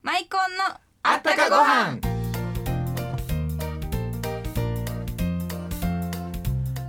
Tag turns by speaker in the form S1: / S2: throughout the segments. S1: マイコンの
S2: あったかご飯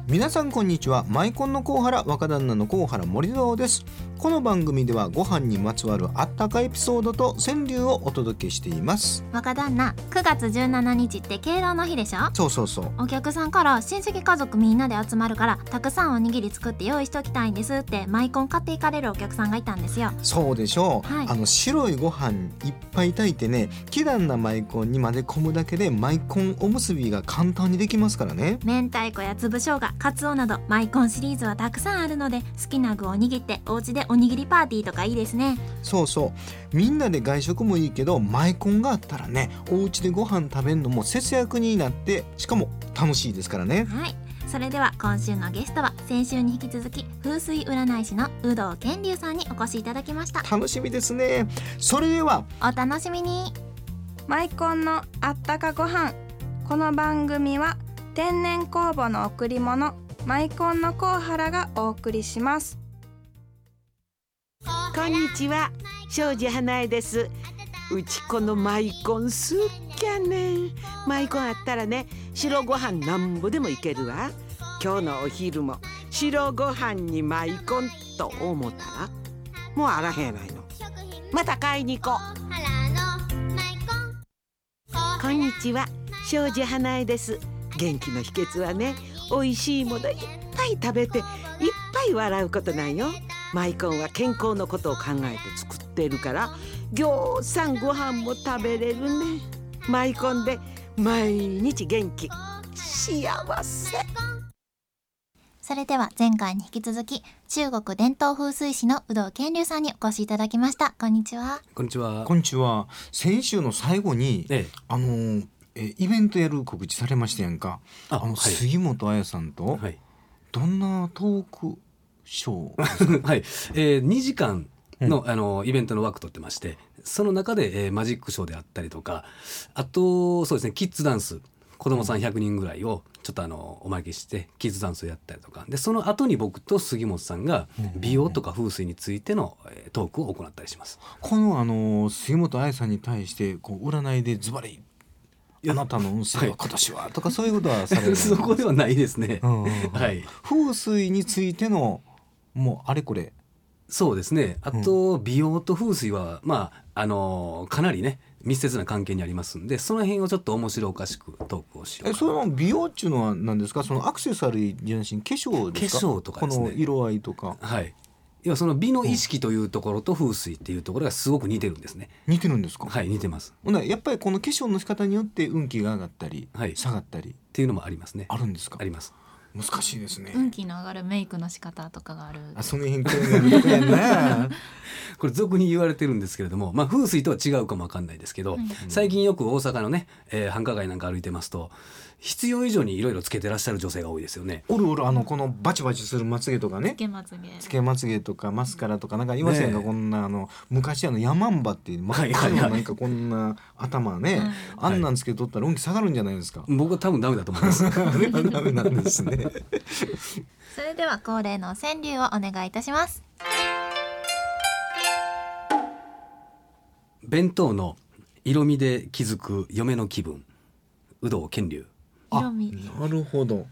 S2: 皆さんこんにちはマイコンのコウハラ若旦那のコウハラ森蔵ですこの番組ではご飯にまつわるあったかエピソードと川柳をお届けしています
S3: 若旦那9月17日って敬老の日でしょ
S2: そうそうそう
S3: お客さんから親戚家族みんなで集まるからたくさんおにぎり作って用意しときたいんですってマイコン買っていかれるお客さんがいたんですよ
S2: そうでしょう、
S3: はい
S2: あの白いご飯いっぱい炊いてね気団なマイコンに混ぜ込むだけでマイコンおむすびが簡単にできますからね
S3: 明太子や粒生姜カツオなどマイコンシリーズはたくさんあるので好きな具を握ってお家でおにぎりパーティーとかいいですね
S2: そうそうみんなで外食もいいけどマイコンがあったらねお家でご飯食べるのも節約になってしかも楽しいですからね
S3: はいそれでは今週のゲストは先週に引き続き風水占い師の有働健龍さんにお越しいただきました
S2: 楽しみですねそれでは
S3: お楽しみに
S1: マイコンのあったかご飯この番組は天然酵母の贈り物マイコンのコウハラがお送りします
S4: こんにちは庄司花江ですうちこのマイコンすっきゃねマイコンあったらね白ご飯なんぼでもいけるわ今日のお昼も白ご飯にマイコンと思ったらもうあらへんやないのまた買いに行こうこんにちは庄司花江です元気の秘訣はね美味しいものいっぱい食べていっぱい笑うことなんよマイコンは健康のことを考えて作っているからぎょうさんご飯も食べれるねマイコンで毎日元気幸せ
S3: それでは前回に引き続き中国伝統風水師の有働健龍さんにお越しいただきましたこんにちは
S5: こんにちは。
S2: 今週は先週の最後に、
S5: ええ
S2: あのーえイベントやる告知されましたやんかあ
S5: あ
S2: の、
S5: はい
S2: 杉本彩さんと、
S5: はい。
S2: どんなトークショー
S5: はい。えー、2時間の、あの、イベントの枠取ってまして、その中で、えーマジックショーであったりとか、あと、そうですね、キッズダンス。子供さん100人ぐらいをちょっとあのおまけしてキッズダンスをやったりとかでその後に僕と杉本さんが美容とか風水についてのえートークを行ったりします。
S2: この、あのー杉本彩さんに対してこう占いでズバリ「あなたの運勢は今年は」とかそういうことはされるの
S5: そこではないですね。
S2: うんうんうん
S5: はい。
S2: 風水についてのもうあれこれ
S5: そうですね。あと、美容と風水は、まあ、あのーかなりね、密接な関係にありますんで、その辺をちょっと面白おかしくトークをしよう
S2: え
S5: かな
S2: その美容っていうのは何ですかそのアクセサリーじゃなしに化粧ですか
S5: 化粧とかですね
S2: この色合いとか
S5: はい。要はその美の意識というところと風水っていうところがすごく似てるんですね。
S2: 似てるんですか、
S5: はい、似てます。
S2: ほんならやっぱりこの化粧の仕方によって運気が上がったり、
S5: はい
S2: 下がったり
S5: っていうのもありますね。
S2: あるんですか
S5: あります。
S2: 難しいですね、
S6: 運気の上がるメイクの仕方とかがある。
S2: あその辺興味あるとやな
S5: これ俗に言われてるんですけれども、まあ、風水とは違うかもわかんないですけど、最近よく大阪のね、えー繁華街なんか歩いてますと必要以上にいろいろつけてらっしゃる女性が多いですよね。
S2: おるおるあのこのバチバチするまつげとかね
S6: つけまつげ。
S2: つけまつげとかマスカラとかなんか言いませんか、
S5: ねえ
S2: こんなあの昔あのヤマンバっていう真っ
S5: はい
S2: 赤
S5: はいはい
S2: のなんかこんな頭ね、あんなんつけとったら運気下がるんじゃないですか、
S5: 僕は多分ダメだと思います。
S2: あれはダメなんですね。
S3: それでは恒例の川柳をお願いいたします
S5: 弁当の色味で気づく嫁の気分有働健流
S6: 色味。
S2: なるほど。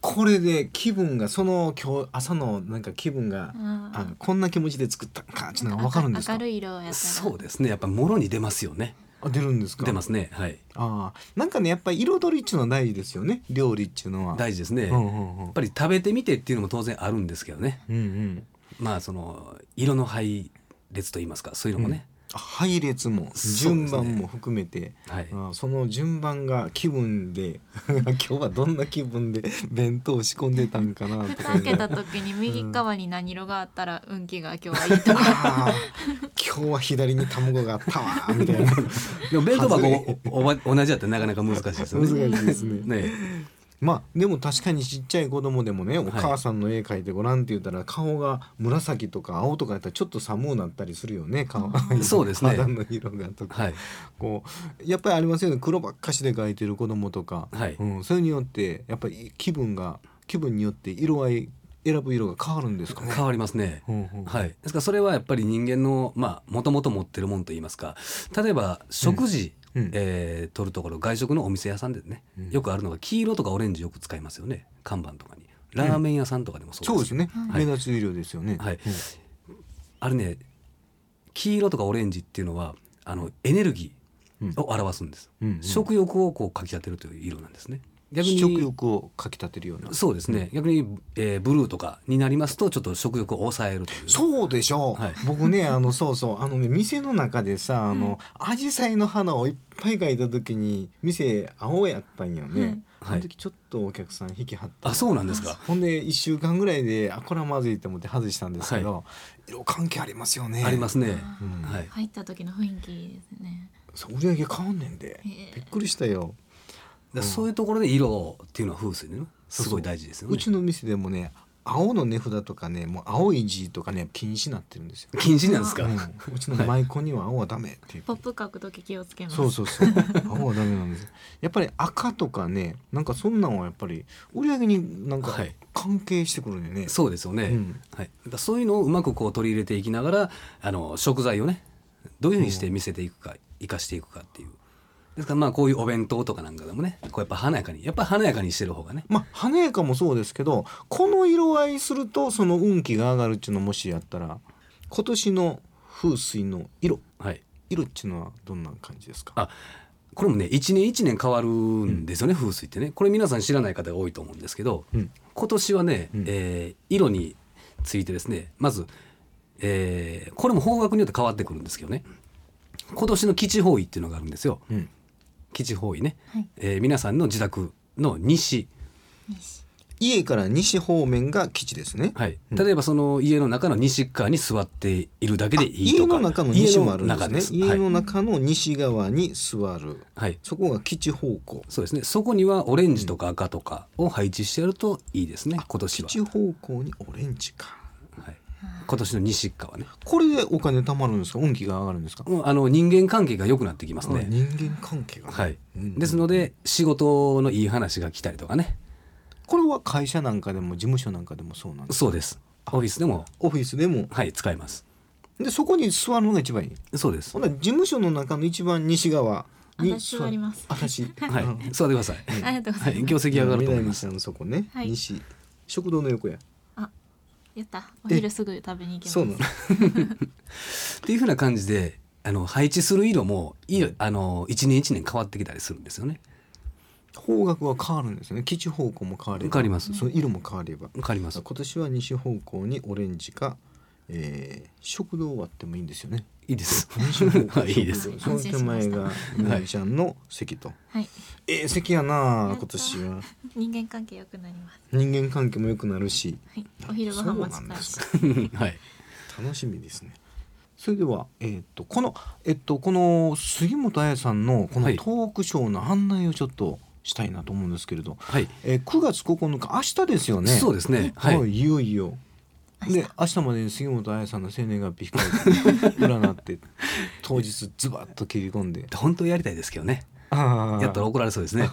S2: これで気分がその今日朝のなんか気分が、
S6: うん
S2: あこんな気持ちで作ったんかっていうのがわかるんですか。
S6: 明るい色をやったら。
S5: そう
S6: う。
S5: ですねやっぱもろに出ますよね
S2: あ出るんですか。
S5: 出ますねはい
S2: あーなんかねやっぱり彩りっていうのは大事ですよね。料理っていうのは。
S5: 大事ですね、
S2: うん
S5: や
S2: うんうん
S5: っ。ぱり食べてみてっていうのも当然あるんですけどね
S2: うんうん。
S5: まあその色の配列といいますかそういうのもね、
S2: あ配列も順番も含めて。
S5: はい
S2: あーその順番が気分で 今日はどんな気分で弁当を仕込んでたんかな
S6: 蓋
S2: とか
S6: 開けた時に右側に何色があったら運気が今日はいいと思う。
S2: あー今日は左に卵があったわーみた いな
S5: でも弁当箱
S2: 外れ
S5: おおば同じだったらなかなか難しいですよ
S2: 難し
S5: ね
S2: いですね。
S5: ね
S2: まあでも確かにちっちゃい子供でもね、お母さんの絵描いてごらんって言ったら顔が紫とか青とかやったらちょっと寒うなったりするよね顔
S5: そうですね
S2: 肌の色がとか、
S5: はい
S2: こうやっぱりありますよね黒ばっかしで描いてる子供とか、
S5: はい
S2: うん、それによってやっぱり気分が気分によって色合い選ぶ色が変わるんですかね。
S5: 変わりますね。
S2: うんうん
S5: はい、ですからそれはやっぱり人間のまあもともと持ってるもんといいますか例えば食事、
S2: うん
S5: えー取るところ外食のお店屋さんでね、
S2: うん
S5: よくあるのが黄色とかオレンジよく使いますよね看板とかにラーメン屋さんとかでもそうです,、
S2: そうですね、
S5: はい
S2: 目立つ色ですよね。
S5: はい
S2: うん
S5: あれね黄色とかオレンジっていうのはあのエネルギーを表すんです、
S2: うんうん
S5: 食欲をこうかき立てるという色なんですね逆に
S2: 食欲をかき立てるような。
S5: そうですね逆に、えーブルーとかになりますとちょっと食欲を抑えるという
S2: そうでしょう、
S5: はい
S2: 僕ねあの そうそうあのね店の中でさあの紫陽花の花をいっぱい描いた時に店青やったんよね、
S5: はい
S2: あの時ちょっとお客さん引き張った
S5: あそうなんですか
S2: ほんで1週間ぐらいであこれはまずいと思って外したんですけど、色関係ありますよね
S5: ありますね、
S2: うん
S5: は い
S6: 入った時の雰囲気ですね。
S2: そう売り上げ変わんねんで
S6: へえ
S2: びっくりしたよ
S5: だからそういうところで色っていうのは風水ねすごい大事ですよね。
S2: うちの店でもね青の値札とかねもう青い字とかね禁止になってるんですよ、
S5: 禁止なんですか。
S2: うんうちの舞妓には青はダメっていう
S6: ポップ書く時気をつけます。
S2: そうそうそう。青はダメなんですよ。やっぱり赤とかね、なんかそんなんはやっぱり売り上げになんか
S5: はい
S2: 関係してくるんだよね。
S5: そうですよね。
S2: うん
S5: はい。だからそういうのをうまくこう取り入れていきながら、あの食材をね、どういうふうにして見せていくか、生かしていくかっていう。ですからまあこういうお弁当とかなんかでもね、こうやっぱ華やかに、やっぱ華やかにしてる方がね。
S2: まあ華やかもそうですけど、この色合いするとその運気が上がるっていうのもしやったら、今年の風水の色
S5: はい。
S2: 色っていうのはどんな感じですか。
S5: あこれもね一年一年変わるんですよね、風水ってねこれ皆さん知らない方が多いと思うんですけど、
S2: うん
S5: 今年はね、
S2: うん
S5: えー色についてですねまず、えーこれも方角によって変わってくるんですけどね今年の基地方位っていうのがあるんですよ
S2: うん。
S5: 基地方位ね、
S3: はい
S5: えー皆さんの自宅の西、
S2: 家から西方面が基地ですね。
S5: はい、
S2: うん
S5: 例えばその家の中の西側に座っているだけでいいと
S2: 家
S5: か
S2: の中の西もあるん
S5: 家の中
S2: ですね。
S5: は
S2: 家
S5: い
S2: の中の西側に座る。
S5: はい、
S2: そこが基地方向。
S5: そうですねそこにはオレンジとか赤とかを配置してやるといいですね今年
S2: 基
S5: は。
S2: 地方向にオレンジか。
S5: はい、今年の西側ね、
S2: これでお金貯まるんですか運気が上がるんですか、
S5: うんあの人間関係が良くなってきます
S2: あ
S5: ね。
S2: 人間関係が、
S5: はい、
S2: うん
S5: ですので仕事のいい話が来たりとかね
S2: これは会社なんかでも事務所なんかでもそうなんです
S5: そうですオフィスでも、
S2: オフィスでも
S5: はい、使えます
S2: でそこに座るのが一番いい
S5: そうです
S2: ほんなら事務所の中の一番西側に
S6: 私座ります
S2: 私
S5: はい
S2: うん
S5: 座ってください、
S6: ありがとうござ
S5: はい
S6: ます
S5: い、業績上がると思い
S2: 南
S5: ます
S2: さんのそこね、
S6: はい
S2: 西食堂の横や
S6: やった。お昼すぐ食べに行けます。
S2: そうなの
S5: っていうふうな感じであの配置する色もいいあの一年一年変わってきたりするんですよね
S2: 方角は変わるんですよね基地方向も変われば
S5: 変わります
S2: その色も変われば
S5: 変わります
S2: 今年は西方向にオレンジか、えー食堂はあってもいいんですよね
S5: いいです
S2: は
S5: はいいいです
S2: その手前がみなみちゃんの席と。
S6: はい。
S2: ええ席やな
S6: や
S2: あ
S6: った
S2: 今年は。
S6: 人間関係良くなります。
S2: 人間関係も良くなるし。
S6: はい。お昼ご飯も
S2: そう
S6: 近
S2: なんで
S6: いし
S2: す。か。
S5: はい
S2: 楽しみですね。それではえーっとこのえっとこの杉本彩さんのこの
S5: は
S2: ト
S5: い
S2: ークショーの案内をちょっとしたいなと思うんですけれど、
S5: はい、
S2: えー9月9日明日ですよね。
S5: そう
S2: で
S5: ですねはい、
S2: い、いよいよ。で明日までに杉本彩さんの生年月日控えて占 って当日ズバッと切り込んで
S5: 本当はやりたいですけどね
S2: あー
S5: やったら怒られそうですね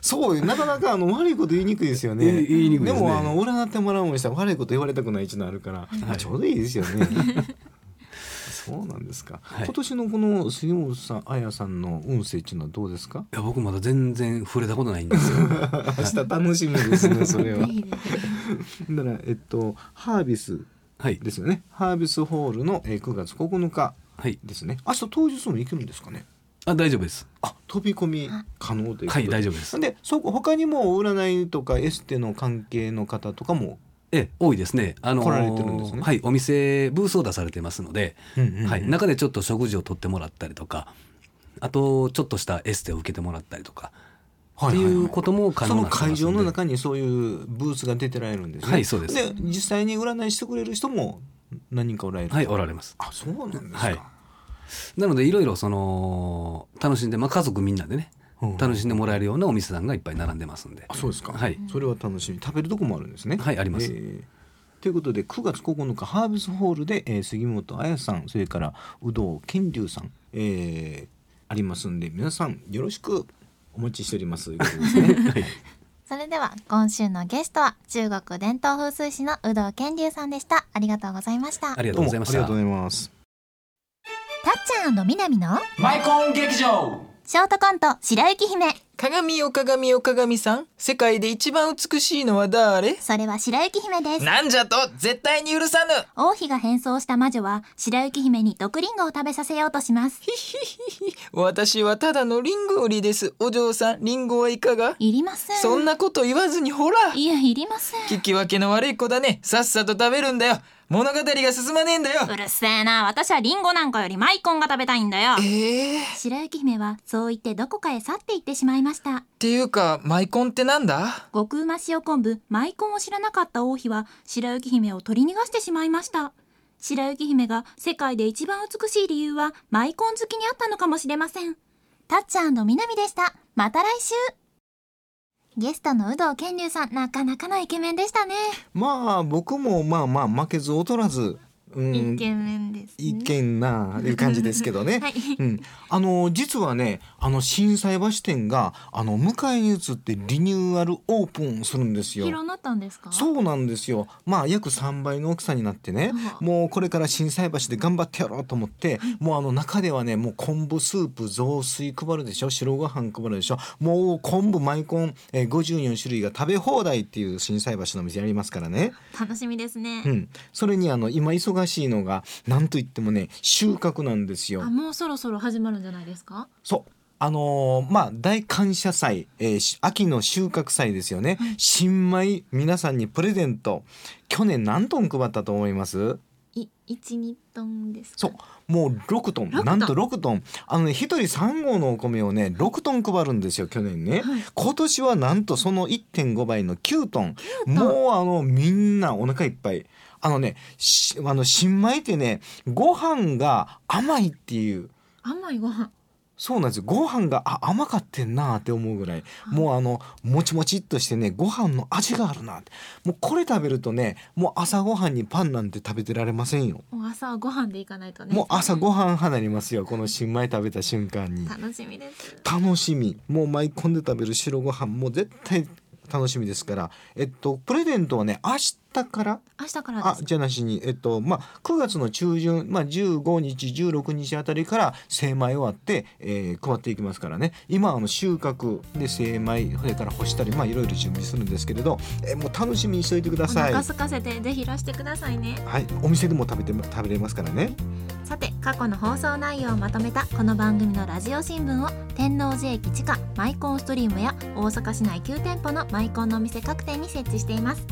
S2: そうよなかなかあの悪いこと言いにくいですよね。
S5: 言 い言いにくいですね
S2: もあの占ってもらうもんしたら悪いこと言われたくない一のあるから、
S5: い
S2: ちょうどいいですよ ね。そうなんですか。
S5: はい
S2: 今年のこの杉本さん、あやさんの運勢っていうのはどうですか。
S5: いや僕まだ全然触れたことないんですよ
S2: 明日楽しみですね。それは。
S3: いいですね
S2: ならえっとハービス
S5: はい
S2: ですよね。ハービスホールのえー9月9日
S5: はい
S2: ですね。明日当日も行けるんですかね。
S5: あ大丈夫です
S2: あ飛び込み可能ということで。
S5: はい大丈夫です
S2: でそこ他にも占いとかエステの関係の方とかも
S5: ええ多いですねあのー
S2: 来られてるんですね
S5: はいお店ブースを出されてますので、
S2: うんうんうん
S5: はい、中でちょっと食事を取ってもらったりとかあとちょっとしたエステを受けてもらったりとか、
S2: って
S5: って
S2: い
S5: いうう
S2: こ
S5: こととも可
S2: その
S5: 能になってます
S2: 会
S5: んで
S2: 場の中にそういうブースが出てられるんですね。
S5: はいそうです
S2: 実際に占いしてくれる人も何人かおられる。
S5: はいおられます
S2: あそうなんですか。
S5: はいなのでいろいろその楽しんで、まあ、家族みんなでね
S2: うん
S5: 楽しんでもらえるようなお店さんがいっぱい並んでますんで
S2: あそうですか。
S5: はい
S2: それは楽しみ。食べるとこもあるんですね。
S5: はいあります
S2: えーということで9月9日ハービスホールで、えー杉本彩さんそれから有働健龍さん、 えーありますんで皆さんよろしくお待ちしておりますということですね。
S3: それでは今週のゲストは中国伝統風水師の有働健龍さんでしたありがとうございました
S5: ありがと
S2: どう
S5: う
S2: も
S5: ご
S2: ありがと
S5: ざいまし
S2: う
S5: た
S2: ございます
S3: たっちゃん南の
S7: マイコン劇場
S3: ショートコント白雪姫
S7: 鏡よ鏡よ鏡さん世界で一番美しいのは誰
S3: それは白雪姫です
S7: なんじゃと絶対に許さぬ
S3: 王妃が変装した魔女は白雪姫に毒リンゴを食べさせようとします
S7: 私はただのリンゴ売りですお嬢さんリンゴはいかが
S3: いりません
S7: そんなこと言わずにほら
S3: いやいりません
S7: 聞き分けの悪い子だねさっさと食べるんだよ物語が進まねえんだよ
S3: うるせえな私はリンゴなんかよりマイコンが食べたいんだよ
S7: えー、っ
S3: 白雪姫はそう言ってどこかへ去って行ってしまいました
S7: ていうかマイコンってなんだ
S3: 極うま塩昆布マイコンを知らなかった王妃は白雪姫を取り逃がしてしまいました白雪姫が世界で一番美しい理由はマイコン好きにあったのかもしれませんタッチャンみなみでしたまた来週ゲストの有働健龍さんなかなかのイケメンでしたね
S2: まあ僕もまあまあ負けず劣らず、うん、
S6: 一見面です、ね。
S2: 一見ないう感じですけ どね。
S3: はい
S2: うん、あの実はねあの心斎橋店があの向かいに移ってリニューアルオープンするんですよ。
S6: 広なったんですか。
S2: そうなんですよ。まあ約3倍の大きさになってね、もうこれから心斎橋で頑張ってやろうと思って、もうあの中ではね、もう昆布スープ雑炊配るでしょ、白ご飯配るでしょ、もう昆布マイコン、えー、54種類が食べ放題っていう心斎橋の店ありますからね。
S6: 楽しみですね
S2: う。ん。それにあの今忙しいのがなんといってもね、収穫なんですよ
S6: あ、。もうそろそろ始まるんじゃないですか。
S2: そう。あのーまあ大感謝祭、えーし秋の収穫祭ですよね、新米皆さんにプレゼント去年何トン配ったと思います
S6: い、一二トンですか。
S2: そうもう6トン
S6: 六トン
S2: なんと6トンあのね1人3合のお米をね6トン配るんですよ去年ね、今年はなんとその1.5倍の9トンもうあのみんなお腹いっぱいあのねしあの新米ってねご飯が甘いっていう
S6: 甘いご飯。
S2: そうなんですよご飯があ甘かってんなって思うぐらいもうあのもちもちっとしてねご飯の味があるなってもうこれ食べるとねもう朝ご飯にパンなんて食べてられませんよ。
S6: もう朝はご飯でいかないとね。
S2: もう朝ご飯離りますよこの新米食べた瞬間に
S6: 楽しみです。
S2: 楽しみもう舞い込んで食べる白ご飯もう絶対楽しみですからえっとプレゼントはね明日から
S6: 明日からで
S2: あ
S6: す。
S2: じゃなしにえっとまあ9月の中旬まあ15日16日あたりから精米終わって、えー配っていきますからね今あの収穫で精米それから干したりまあいろいろ準備するんですけれど、えーもう楽しみにしておいてくだ
S6: お
S2: さい
S6: 腹空かせてぜひいらしてくださいね。
S2: はいお店でも食べて食べれますからね
S3: さて過去の放送内容をまとめたこの番組のラジオ新聞を天王寺駅地下マイコンストリームや大阪市内9店舗のマイコンのお店各店に設置しています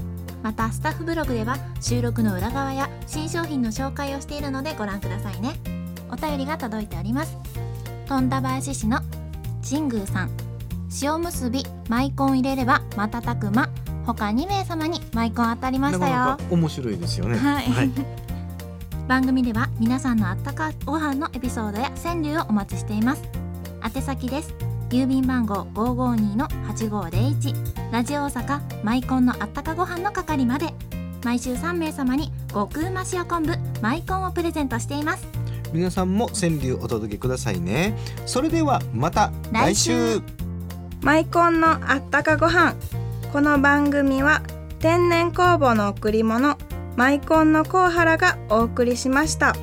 S3: またスタッフブログでは収録の裏側や新商品の紹介をしているのでご覧くださいねお便りが届いております富田林市の神宮さん塩結びマイコン入れれば瞬く間他2名様にマイコン当たりましたよ
S2: なかなか面白いですよね
S3: はい番組では皆さんのあったかご飯のエピソードや川柳をお待ちしています宛先です郵便番号552-8501ラジオ大阪マイコンのあったかご飯の係まで毎週3名様に極うま塩昆布マイコンをプレゼントしています
S2: 皆さんも川柳お届けくださいねそれではまた来
S3: 来週
S2: 週
S1: マイコンのあったかご飯この番組は天然酵母の贈り物マイコンのコウハラがお送りしました。